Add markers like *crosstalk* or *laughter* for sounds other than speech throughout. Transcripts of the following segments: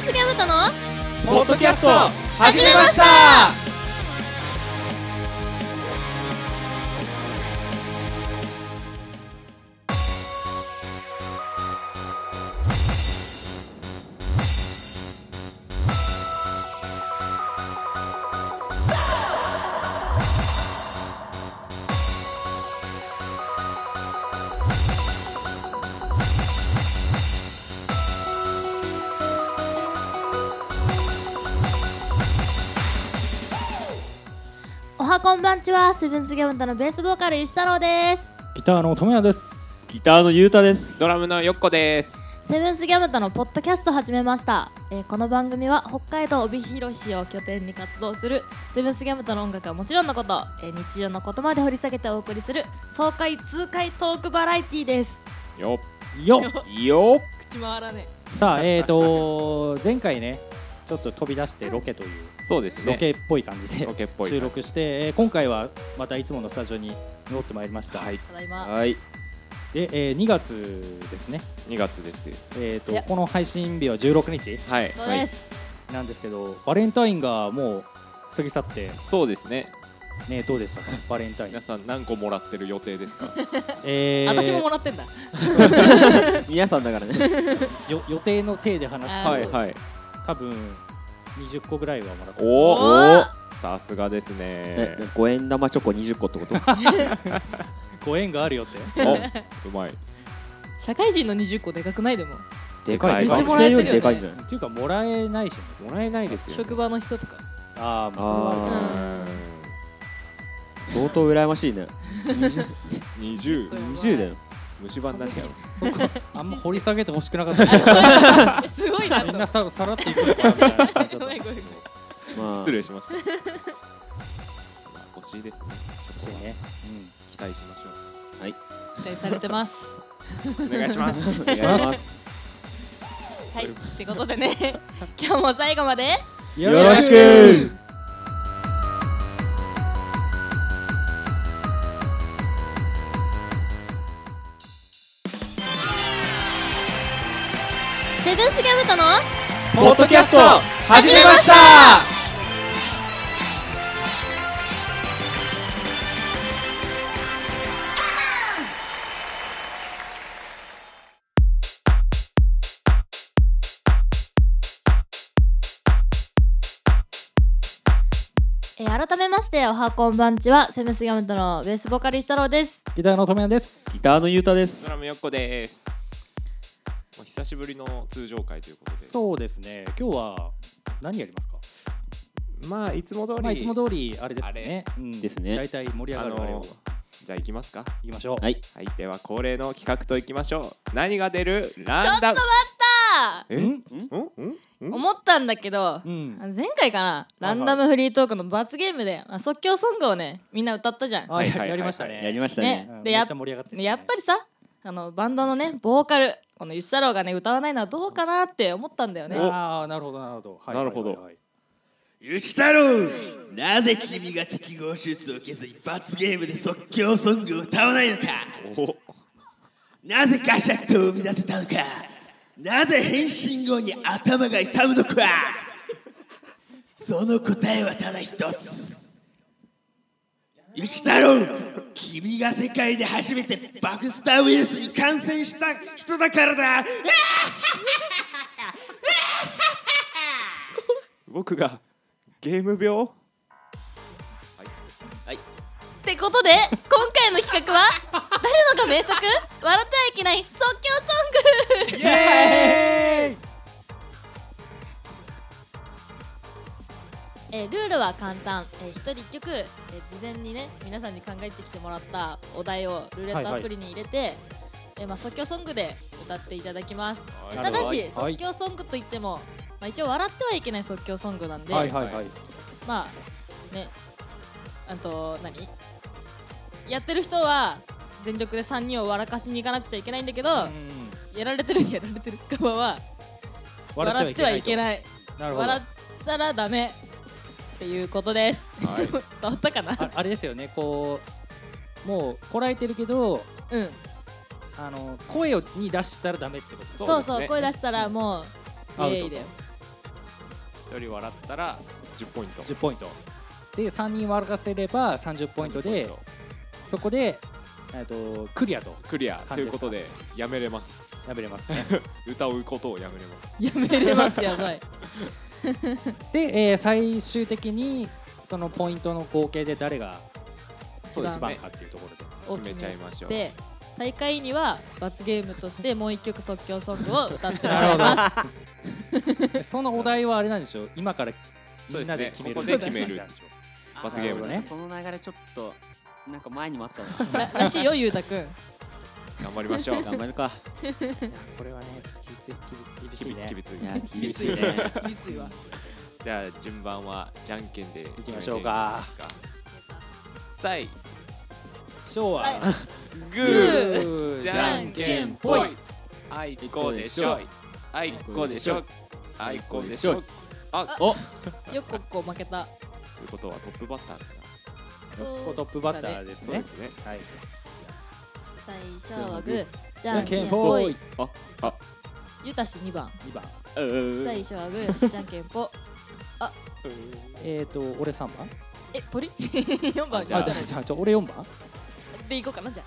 スギャムとのポッドキャスト始めましたおはこんばんちはセブンスギャムとのベースボーカル吉太郎ですギターの友也です。ギターのゆうたですドラムのよっこです。セブンスギャムとのポッドキャスト始めました、えーこの番組は北海道帯広市を拠点に活動するセブンスギャムとの音楽はもちろんのこと、えー日常のことまで掘り下げてお送りする爽快痛快トークバラエティーですよよよ口回らねさあ、えーと、前回ね、ちょっと飛び出してロケという、そうですね。ロケっぽい感じでロケっぽい。収録して、えー今回はまたいつものスタジオに戻ってまいりました。はい。ただいまはい。で、えー2月ですね、 2月です。えーといやこの配信日は16日はい。そうです、なんですけど、バレンタインがもう過ぎ去って、そうですね。ね、どうでしたか、バレンタイン皆。さん何個もらってる予定ですか。えー私ももらってんだ皆さんだからねよ予定の体で話すあーと、はいはい。多分20個ぐらいはもらっておるおおー。さすがですねえ。五円玉チョコ20個ってことご縁があるよって。お、うまい。社会人の20個でかくないでもでかいめっちゃもらえてるよねでかいんじゃないっていうかもらえないしねもらえないですよね。職場の人とかああうあん *laughs* ー相当羨ましいね二十。 20だよ虫歯になっちゃう。あんま掘り下げてほしくなかったすごいなみとん思なっささらっていくのかなみたいなてごめんごめんごめんまあ失礼し *laughs* ました。まあ欲しいですね。そうね、期待しまし期待されてますょう。お願いします。お願いしあます。ますはい、ってことでね、 *laughs* 今日も最後までうん、よろしくセブンスギャムとのポッドキャスト始めましたえー改めましておはこんばんちはセブンスギャムとのベースボーカル石太郎ですギターのともやですギターのゆうたでドすラムよっこです。まあ久しぶりの通常会ということで。そうですね今日は何やりますか、まあいつも通り。まあ、いつも通りあれですかねうんですね大体盛り上あがるあれをのじゃあ行きますか。いきましょう、はいはい、では恒例の企画といきましょう。何が出るちょっラとンダ待っ。ムたえ？んん？ん？ん？思ったんだけど、うんあの前回かなランダムフリートークの罰ゲームで、まあ、即興ソングをねみんな歌ったじゃん、あ、はいはいはいやりましたねやりましたねうねんでめやっちゃ盛り上がってるやっぱりさあのバンドのねボーカルこのゆし太郎がね歌わないのはどうかなって思ったんだよねああなるほどなるほど、はいはいなはいはいるほどゆきたろうなぜ君が適合手術を受けずに罰ゲームで即興ソングを歌わないのかお、なぜガシャットを生み出せたのかなぜ変身後に頭が痛むのかその答えはただ一つゆきたろう君が世界で初めてバクスターウイルスに感染した人だからだ僕がゲーム病？ってことで今回の企画は誰のか名作笑ってはいけない即興ソング *laughs* えールールは簡単、えー、一人一曲、えー事前にね皆さんに考えてきてもらったお題をルーレットアプリに入れて、えーまあ、即興ソングで歌っていただきます、はいえーただはしい即興ソングといっても、まあ、一応笑ってはいけない即興ソングなんで、はいはいはい、まあねあと何やってる人は全力で3人を笑かしに行かなくちゃいけないんだけど、うんやられてるやられてる側は笑ってはいけいないとなるほど笑ったらダメっていうことです、は *laughs* い伝わったかなああれですよねこうもうこらえてるけどうんあの声をに出したらダメってことですそうそう,、ですね声出したらもうアウイトエイだよ1人笑ったら10ポイント10ポイントで3人笑かせれば30ポイントで30ポインそこで、えっとクリアとトクリアと感いじうですことかでやめれますやめれますね歌うことをやめれますやめれますやばいで、えー最終的にそのポイントの合計で誰がそうですね一番かっていうところでを決めちゃいましょうで最下位には罰ゲームとしてもう一曲即興ソングを歌ってもらいますえそのお題はあれなんでしょう今からみんなで決そうめでるすねここで決めるなんでしょう罰ゲームねなんかその流れちょっとなんか前にもあった *laughs* なららしいよゆうたくん頑張りましょう頑張るか *laughs* これはねちょっと厳きしい厳しびいねきびついいや厳しい *laughs* ね三井はじゃあ順番はじゃんけんでいきましょうかさい昭和はいググーーじゃゃんんけけんんぽぽいいあいこでしょあいこでしょあいこでしょあおよっこっこ負けたということはトップバッターだなそうトップバッターですそうねですねはい最初はグーじじゃゃんんけけんんぽぽいいゆたし2番2番うう最初はグーじゃんけんぽえっと俺3番え *laughs* 鳥 ?4 番じゃあんじゃあじゃあじゃあ俺4番でいこうかなじゃ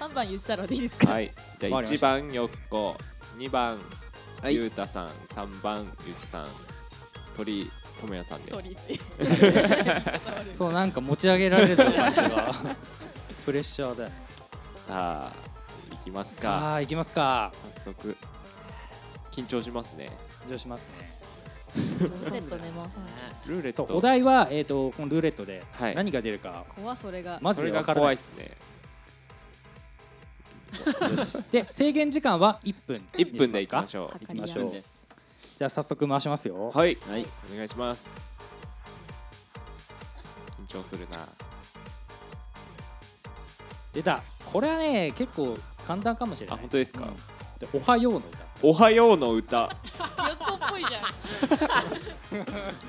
あ3番ゆしたろうでいいですかはいじゃあわか1りました番よっこ2番はいゆうたさん3番ゆちさん鳥ともやさんで鳥ってそうなんか持ち上 *laughs* げられた感じがプレッシャーだよさあいきますかさあ行きますか早速緊張しますねじゃあしますねステッドねもうそのルーレッそトうお題はえっとこのルーレットではい何が出るか怖それがマそジでれが分からな怖いいですねで制限時間は1分に1分でいきましょょう測りやす行きましょうじゃあ早速回しますよはいはいお願いします緊張するな出たこれはね結構簡単かもしれないあ本当ですかうんでおはようの歌おはようの歌横っぽいじゃん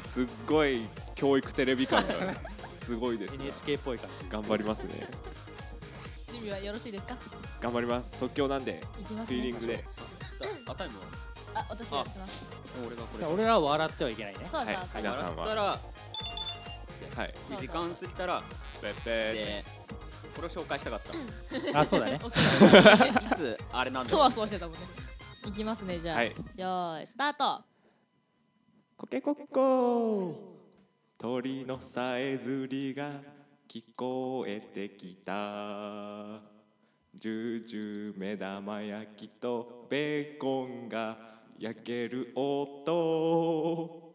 すっごい教育テレビ感がすごい *laughs* ですね NHK っぽい感じ頑張りますね準備はよろしいですか頑張ります即興なんでいきますフィーリねングであタイムはあ私やってます俺がこじゃあ俺らは笑っちゃ *laughs* いけないねそうそうはいそう皆さんは笑ったらはいそう時間過ぎたらペッペでこれを紹介したかったいあそうだねつあれなんだそろうわそわしてたもんねいきますねじゃあ、はいよーいスタートコケコッコ鳥のさえずりが聞こえてきたジュージュー目玉焼きとベーコンが焼ける音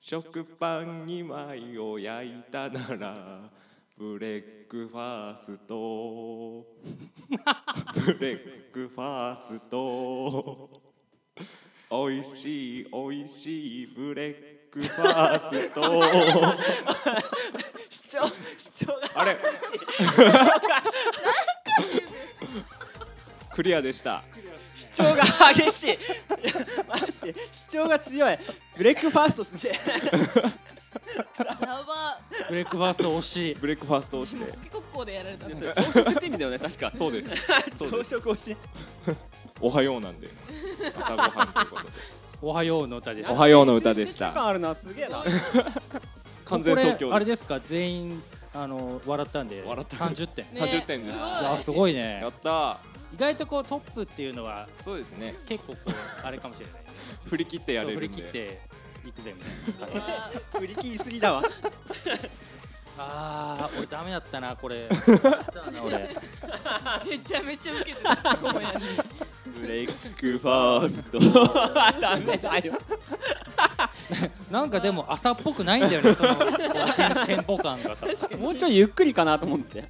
食パン2枚を焼いたならブレックファーストブレックファーストおいしいおいしいブレックファースト貴重貴重だあれクリアでした主張が激しいいや *laughs* 待って主張が強いブレックファーストすげえやばブレックファースト惜しいブレックファーストをしてもうコケコッコーでやられたね朝食って意味だよね確かそうですそうで朝す食をしおはようなんで朝ごはんということでおはようの歌でしおたはようの歌でし感たあるなすげえな完全即これ興あでれすですか全員あの笑ったんで笑った30点 *laughs* ね30点ですすいやごすごいねやった意外とこうトップっていうのはそうですね結構こうあれかもしれ *laughs* ない振り切ってやれ振るりん切っでていくぜみたいない感うじわ振り切りすぎだわあー俺ダメだったな *laughs* これやっちゃうな俺ーめちゃめちゃウケてたごめんブレックファース *laughs* トダメだよなんかでも朝っぽくないんだよねそのこうテンポ感がさもうちょいゆっくりかなと思って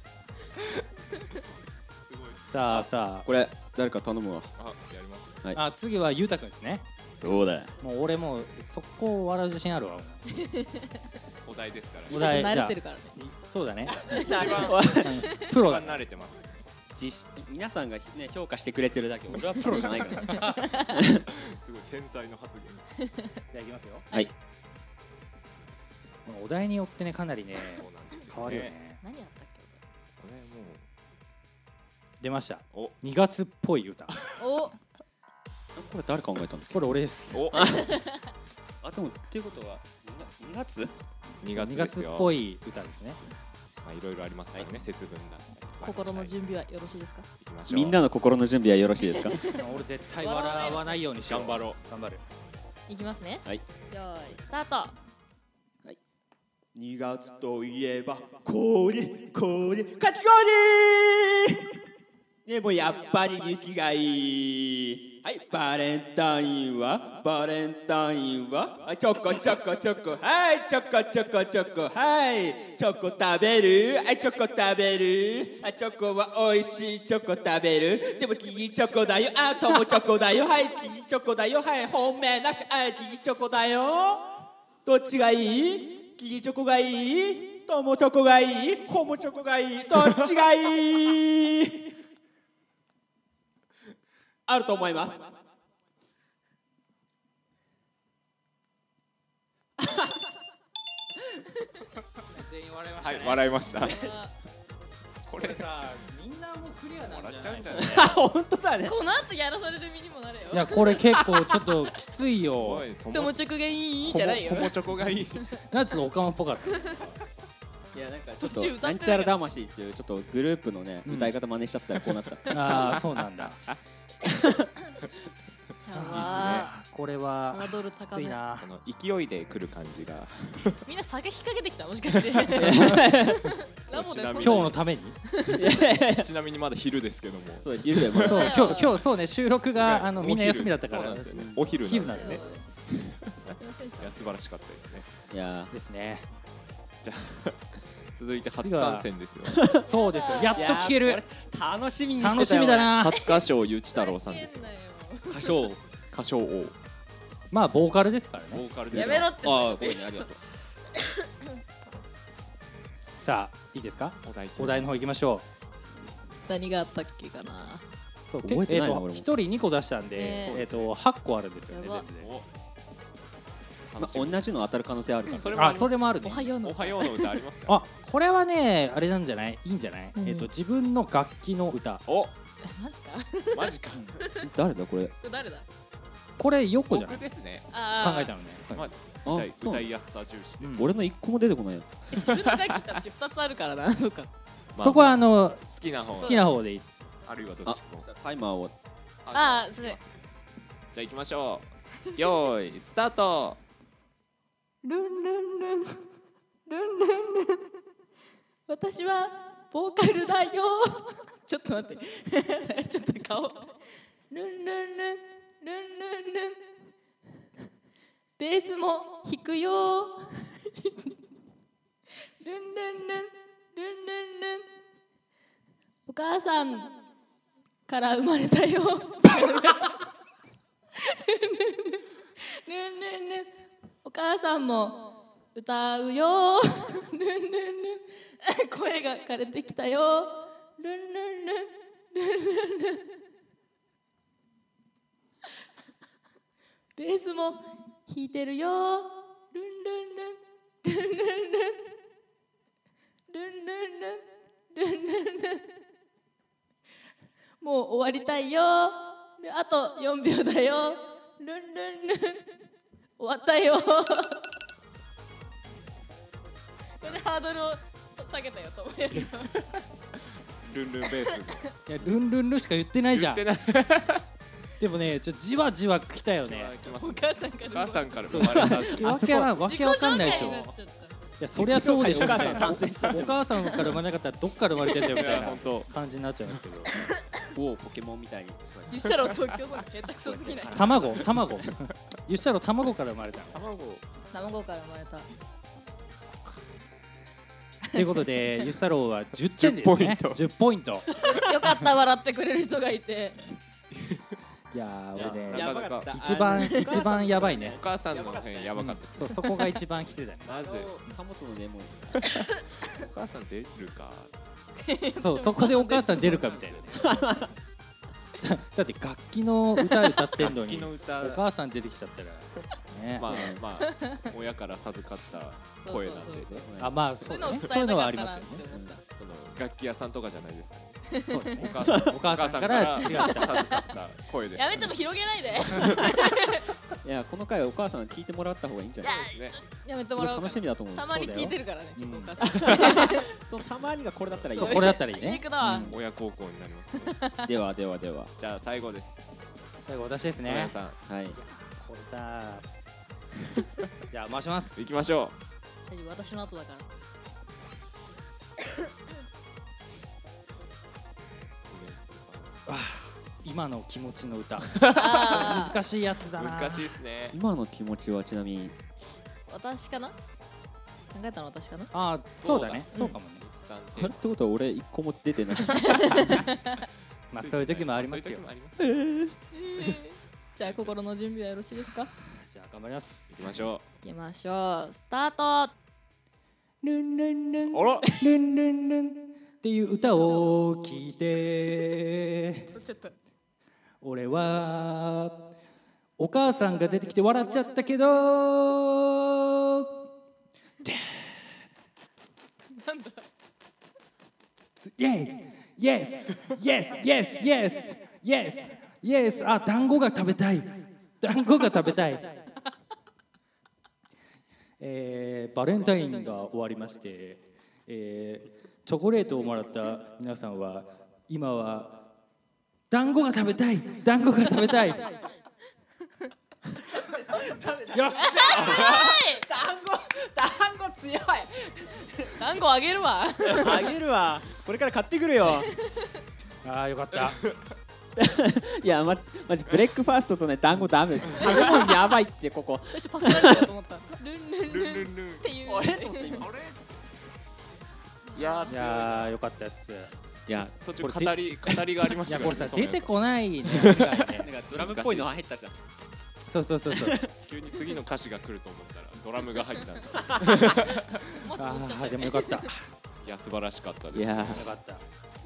さあさこれ誰か頼むわあやりますああ次はゆうたくんですねそうだよもう俺もう速攻笑う自信あるわお題ですからお慣じれゃてるからねあそうだ *laughs* ねうんプ一ロ番だ慣れてます自皆さんが、ね、評価してくれてるだけ俺はプロじゃないからすごい天才の発言じゃあいきますよはいこのお題によってねかなりねそうなんですよね変わるよね何やったっけこれ出ましたもう2月っぽい歌おこれ誰考えたんだっけこれ俺ですおおあでもっていうことは2月2 2月です月っよぽい歌です *laughs* ねまあいろいろありますからね、節分だったり心の備準備はよろしいですかいきましょうみんなの心の準備はよろしいですか俺絶対笑わないようにしよう頑張ろう頑張るいきますねはいよーいスタート2月といえば氷氷かき氷でもやっぱり雪がいいはいバレンタインはバレンタインははいチョコチョコチョコはいチョコチョコチョコはいチョコ食べるはいチョコ食べるあチョコは美味しいチョコ食べるでもキーチョコだよあともチョコだよはいキーチョコだよはい本命なしはいキーチョコだよどっちがいいキリチョコがいいトモチョコがいいホモチョコがいいどっちがいいあると思います全員笑いましたはいね、笑いましたこれさみんなもうクリアなんじゃない本当だねこの後やらされる身にもなれいやこれ結構ちょっときつい *laughs* よでもチ直言いいじゃないよホモチョコがいいなんかちょっとオカマっぽかったいやなんかちちょょっっ途中歌ってとないなんちゃら魂っていうちょっとグループのね、うん歌い方真似しちゃったらこう *laughs* なったああそうなんだあこれはー侮るき高ついめなあの勢いで来る感じ *laughs* がみんな酒引っ掛けてきたもしかしてラボでこんな今日のためにちなみにまだ昼ですけどもそうです昼でもうそうだよ今日今日そうね収録があのお昼みんな休みだったかそうなんらですよねお昼昼なんでですすねねいや素晴らしかったですねいやですね続いて初参戦 *laughs* ですよそうですよやっと聞ける楽しみにしてたよ楽しみだな初歌唱ゆち太郎さんです *laughs* よ歌唱歌唱王まあボーカルですからボねーカルですやめろってああごめんねありがとうさあいいですかお題決めお題の方行きましょ何があったっけかなうそう覚えてないなと俺も一人二個出したんでねええっと八個あるんですよねやば全部でおまあ、同じの当たる可能性あるからそれもあそれもあるおねはようおのはようの歌ありますかあこれはねあれなんじゃないいいんじゃない何えっと自分の楽器の歌おマジかマ *laughs* ジか誰だこれ誰だこれヨコじゃない僕ですねあ考えたののねまああ歌いそう歌いやすさ重視でうん俺の一個も出てこないよ *laughs* 自分の楽器って私2つあるからなそうかまあそこはまあのあ好きなそ方う好きな方でいいですあるいはどっちかもじゃあタイマーをああすいませんじゃあ行きましょうよーいスタートルンルンルンルンルンルン私はボーカルだよちょっと待って *laughs* ちょっと顔ルンルンルンルンルンルンベースも弾くよルンルンルンルンルンルンお母さんから生まれたよルンルンルンルンルンお母さんも歌うよルンルンルン声が枯れてきたよルンルンルンルンルンルンベースも弾いてるよルンルンルンルンルンルンルンルンルンルンルンルンもう終わりたいよあと4秒だよルンルンルン終わったよこれハードルを下げたよと思えるルンルンベースいやルンルンルンしか言ってないじゃん言って *laughs* でもねちょっとじわじわ来たよねない行きますお母さんからお母さんから生まれたわけわわ自己けわかんないでしょ紹介にっいちゃっやそりゃそうでしょお母さん参戦してお母さんから生まれなかったらどっから生まれてんだよみたいいや本な感じになっちゃうんですけどおおポケモンみたいにたゆしたろ東京さん下手くそすぎない *laughs* 卵卵ゆしたろ卵から生まれたの卵から生まれたということ *laughs* でゆしたろうは10点ですね10ポイントよかった笑ってくれる人がいていやー俺いやねやばかった一番あの一番やばい *laughs* ねお母さんの辺やばかったですそうそこが一番来て *laughs* たねまず貨物のねもうお母さん出るかそうそこでお母さん出るかみたいなね *laughs* だだって楽器の歌歌ってんの楽器にの歌お母さん出てきちゃったら *laughs* ね。まあまあ親から授かった声なんでねそうそうあ、まあそうだね。そういうのはありますよね。その楽器屋さんとかじゃないですか、ね、そうだねお。母さんお母さんからお母違さんっから授かった声ですやめても広げないでいやこの回お母さん聞いてもらった方がいいんじゃないそうですねやめてすもごいらおう楽かしみだと思うたまに聞いてるるからねうんお母さんたまにがこれだったらいいそうこれだったらいいね最悪だわうん親孝行になりますねではではではじゃあ最後です最後私です皆、ね。さんはいこれさ。じゃあ回します。行きましょ大丈夫私の後だ *laughs* から今の気持ち *laughs* の歌。あ難しいやつうだな。難しいですね今の気持ちはちなみにー私かな考えたの私かなあ、そうだね。うんそうかもね。あれってことは俺一個も出てないまあそういう時もありますよ。行じゃあ心の準備はよろしいですか行じゃあ頑張ります。きましょきましょうスタートルンルンルンうあらルンルンルンっていう歌を聴いて俺はお母さんが出てきて笑っちゃったけどイェイイエスイエスイエスイエスイエスイエスあ団子が食べたい団子が食べたいえーバレンタインが終わりまして、えーチョコレートをもらった皆さんは今は団子が食べたい団子が食べたいよっし単語単語強い団子あげるわあげるわこれから買ってくるよゃあーよかった *laughs* いやまマジブレックファーストとね団子ダメです食べ物やばいってここ最初パクられたと思ったルンルンルンルンルンっていういやーよかったですいいや途中語り語りがありましやたこれさ出てここないねなんかドラムっぽいの入ったじゃんそうそうそうそう急に次の歌詞が来ると思ったらドラムが入ったんですもっとあ持っちゃっーたよでもねよかったよいや素晴らしかったですいやかった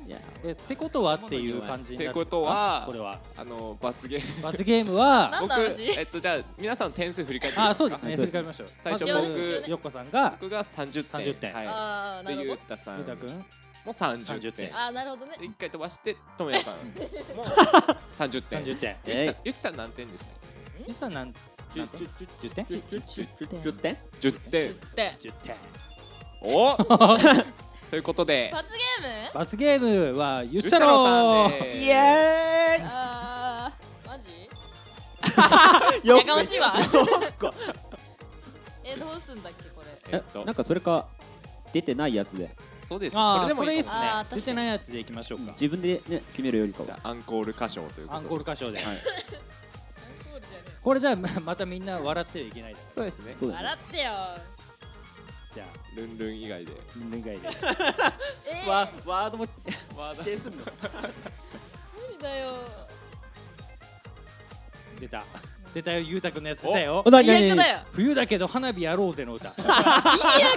いやえってことはっていう感じになってことはこれはあの罰ゲーム罰ゲームは何の僕話えっとじゃあ皆さんの点数振り返っていいあでーすかそうですね振あそうですねり返りましょう最初一応ね一応僕ねよっこさんが僕が30点30点はい、ああでなるゆほうどたさんゆうたくもん30 30点点ああなるほどねで一回飛ばしてともやさん *laughs* も30点30点ゆきさんゆきさん何点でしたゆさんなん10点10 10点点で10点 *laughs* おということで罰ゲーム罰ゲームはゆっゆしたゃろうろさんーですエああマジーイ *laughs* やよかましいわこ *laughs* えどうすんだっけこれえっえとなんかそれか出てないやつでそうですそあれあでもそれいいいいっかすもねあー確かに出てないやつでいきましょうか自分でね決めるよりかじゃはあアンコール歌唱というアンこコーとルで歌唱でアンコールじゃねこれじゃあままたみんな笑ってはいけないですそうですねそうえだね笑ってよじゃルンルン以外であみんな以外でえーワワードもワード否定すんの無理だよ出た出たよゆうたくんのやつ出たよ何最悪だよ冬だけど花火やろうぜの歌意味わ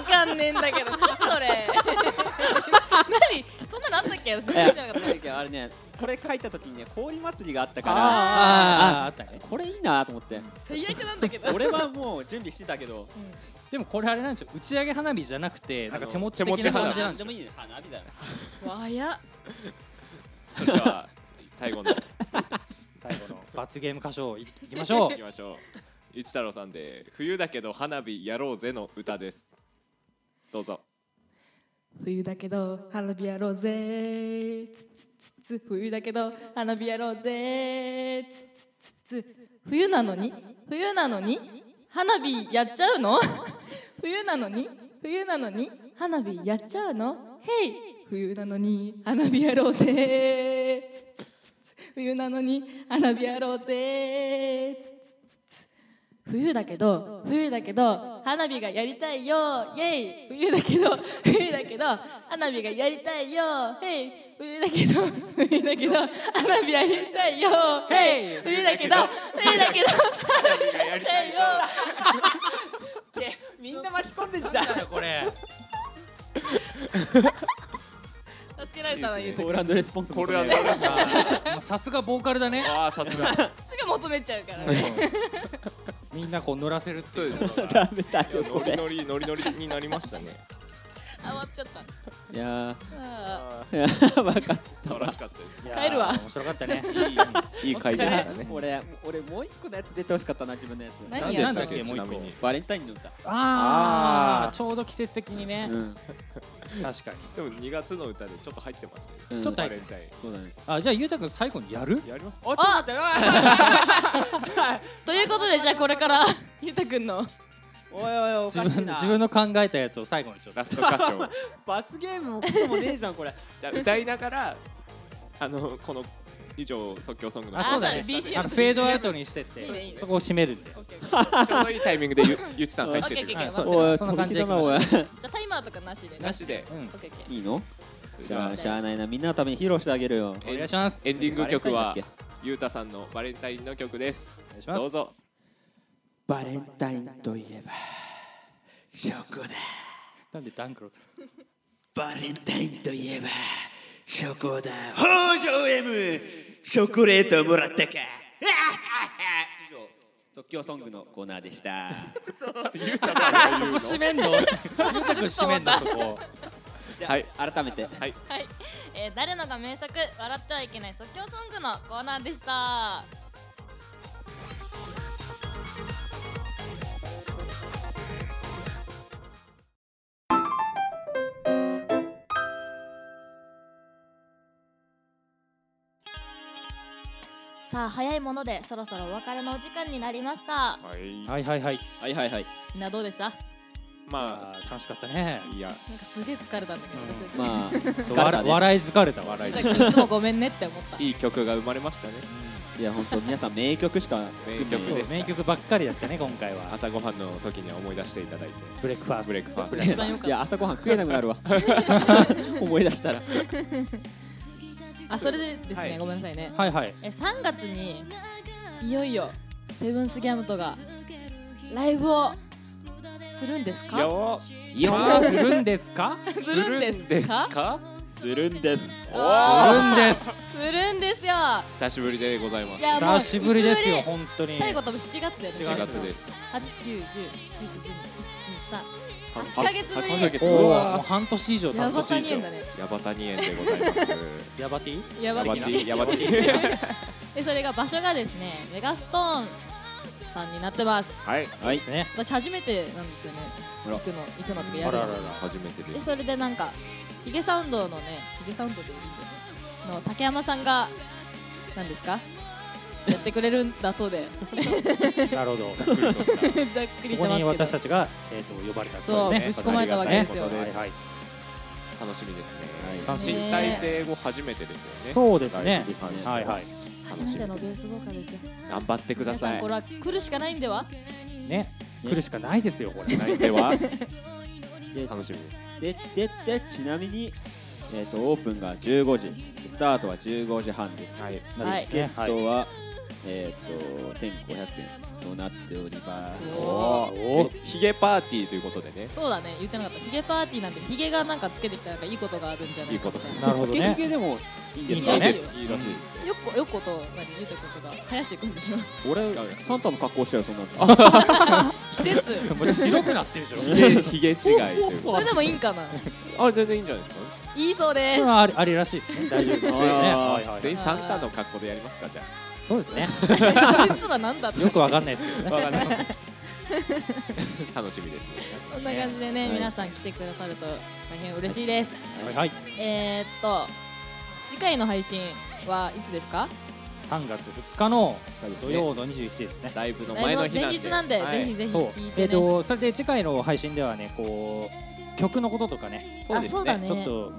かんねえんだけど何それ何そんなのあったっけ全い然や見てなかったあれねこれ書いた時にね氷祭りがあったからあーあーああったねこれいいなと思って最悪なんだけど俺はもう準備してたけどでもこれあれなんですよ打ち上げ花火じゃなくてなんかあの手持ち的な感じなん何ですでよもいいね花火だよ *laughs* わやそれでは最後のい最後の罰ゲーム歌唱いいきましょうきましょうゆちたろうさんで冬だけど花火やろうぜの歌ですどうぞ冬だけど花火やろうぜつつつつ冬だけど花火やろうぜつつつつ冬なのに冬なのに花火やっちゃうの冬なのに冬なのに花火やっちゃうのへい冬なのに花火やろうぜつつつつ冬なのに花火やろうぜつ冬だけど冬だけど花火がやりたいよイェイ冬だけど冬だけど花火がやりたいよヘイ冬だけど冬だけど花火やりたいよヘイ冬だけど冬だけど花火がやりたいよみんな巻き込んでんじゃんなんだよこれ助けられたな言うてコールレスポンスこれはもうさすがボーカルだねああさすがすぐ求めちゃうからね *laughs* みんなこう乗らせるってそういでうすねダメだよこノリれノリノリノリになりましたねあ終わっちゃったいやあーいやー分かっ素晴らしかったですいやー帰るわ面白かったねいい回たでしたいやね俺俺もう一個のやつ出てほしかったな自分のやつ *laughs* 何何やでしたっなんだっけけちなみもうにバレンタインの歌あああちょうど季節的にね、うん確かに *laughs* でも2月の歌でちょっと入ってましたねうんちょっとバ入レっンタインそうだねあじゃあゆうたくん最後にやるやりますおちょっと待ってということでじゃあこれからゆうたくんの *laughs* おいおいお *laughs* 自かしい分な自分の考えたやつを最後にちょっとラスト歌唱罰ゲームもクソもねえじゃ *laughs* んこれじゃあ歌いながらあのこの以上即興ソングのあそうだねあそうだねあのフェードアウトにしてっていいねいいねそこを締めるんでオッケーオッケーちょうどいいタイミングで *laughs* ゆゆちさん入ってオッケるーオッケーはいそうですねおいそんな飛感じび火でいだきまなしょうおいじゃあタイマーとかなしでねなしでうんオッケーオッケーいいのじじゃゃあしゃあないなみんなのために披露してあげるよあお願いしますエンディング曲はバレンタインだっゆうたさんのバレンタインの曲ですお願いしますどうぞバレンタインといえばチョコだなんでダンクロとバレンタインといえばチョコだ北条 M チョコレートもらったか即興ソングのコーナーでした。そこ締めんのゆうたくん締め *laughs* んのそこはい、改めて。はいはい、えー、誰のが名作笑ってはいけない即興ソングのコーナーでしたさあ早いものでそろそろお別れのお時間になりましたはいはいはいはいはいはいはい。みんなどうでしたなんかまあー楽しかったねあいやすげえ疲れたんだけど私まあ、 *laughs* 疲れた笑ね。笑い疲れた笑い疲れいつもごめんねって思ったいい曲が生まれましたねいや、本当皆さん名曲しか作って名な曲いでたす名曲ばっかりだったね今回は朝ごはんの時には思い出していただいてブレックファーストブレックファースト一番良かっいや、朝ごはん食えなくな *laughs* るわ。思い出したら。たあそれでですね、はいごめんなさいね、はいはいえ3月にいよいよセブンスギャムトがライブをするんですかよいやするんですかすするんですかかするんです。るんですするんですよ久しぶりでございまいすやもう久しぶりですよいつぶり本当に最後多分7月だよね7月です8、9、10、11、12、1、2、3 8ヶ月ぶり8ヶ月おぶりーもううわ半年以上や半ば年さ以にえんだ上ねヤバタニエンでございますヤバティやばヤいなバティヤバティでそれが場所がですねメガストーンさんになってますはいはいです。ね私初めてなんですよねあ行らくの行くのとかあやるらのらら初めてでですそれでなんかヒゲサウンドのねヒゲサウンドでいいんだよねの竹山さんが何ですかやってくれるんだそうで *laughs* なるほどざっくざっりとしたくりしそてこますにけど私たちが、えー、と呼ばれたそうでぶすちね。込まれたわけですよありがたいことはでいすはい、楽しみですね、はい楽し新みね体制後初めてですよねそうですねですねはいはい初めてのベースボーカルですよ頑張ってくだ皆ささんいこれは来るしかないんではね来るしかないですよこれ来年はで楽しみですで、で、で、ちなみに、えっと、オープンが15時、スタートは15時半です。はいはいチケッはいトは、えっと、1500円となっております。おーおーヒゲパーティーということでねそうだね言ってなかったヒゲパーティーなんでヒゲがなんかつけてきたらなんかいいことがあるんじゃないいいこかとみたいなるほつどけひねげでもいいんですいかいねね。いいらしいなよっこよっこと何ゆうたくんとか林くんでしょ俺、サンタの格好してるよ、そんなの。季節もう白くなってるでしょヒゲヒゲ違いというこそれでもいいんかなとあ全然いいんじゃないですかいいそうでこれ *laughs* すはありありらしいですね大丈夫ですねあーはいはい全員サンタの格好でやりますかじゃそうですねこいつらなんだってよくわかんないですけあどねわかんない *laughs* 楽しみですねそんな感じでね、はい皆さん来てくださると大変嬉しいです。はいはいえー、っと、次回の配信はいつですか3月2日のです土ね曜の21ですねライブのラ前イブのの日前なんで日なんで、はいぜひぜひそう聞いえてね。っ、とそれで次回の配信ではねこう曲のこととかねあ、そうだね。ちょっと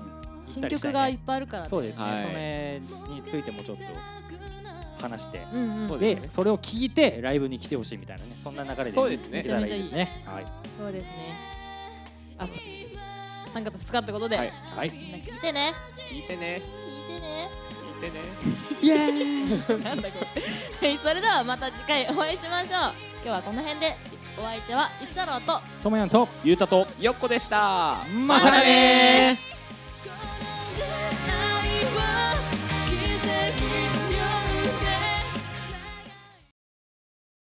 新曲がいっっぱいあるからね。そうですね、はいそれについてもちょっと話してうんうん、そうでですねそれを聞いてライブに来てほしいみたいなねそんな流れでそうですねいけたらいいですねはいそうですね。あ、そう。3月2日ってことで、はいはいみんな聞いてね。聞いてね聞いてね。聞いて *laughs* ねなんだこれ。 *laughs* はい、それではまた次回お会いしましょう。今日はこの辺で、お相手は一太郎と、ともやんとゆうたとよっこでしたまたねー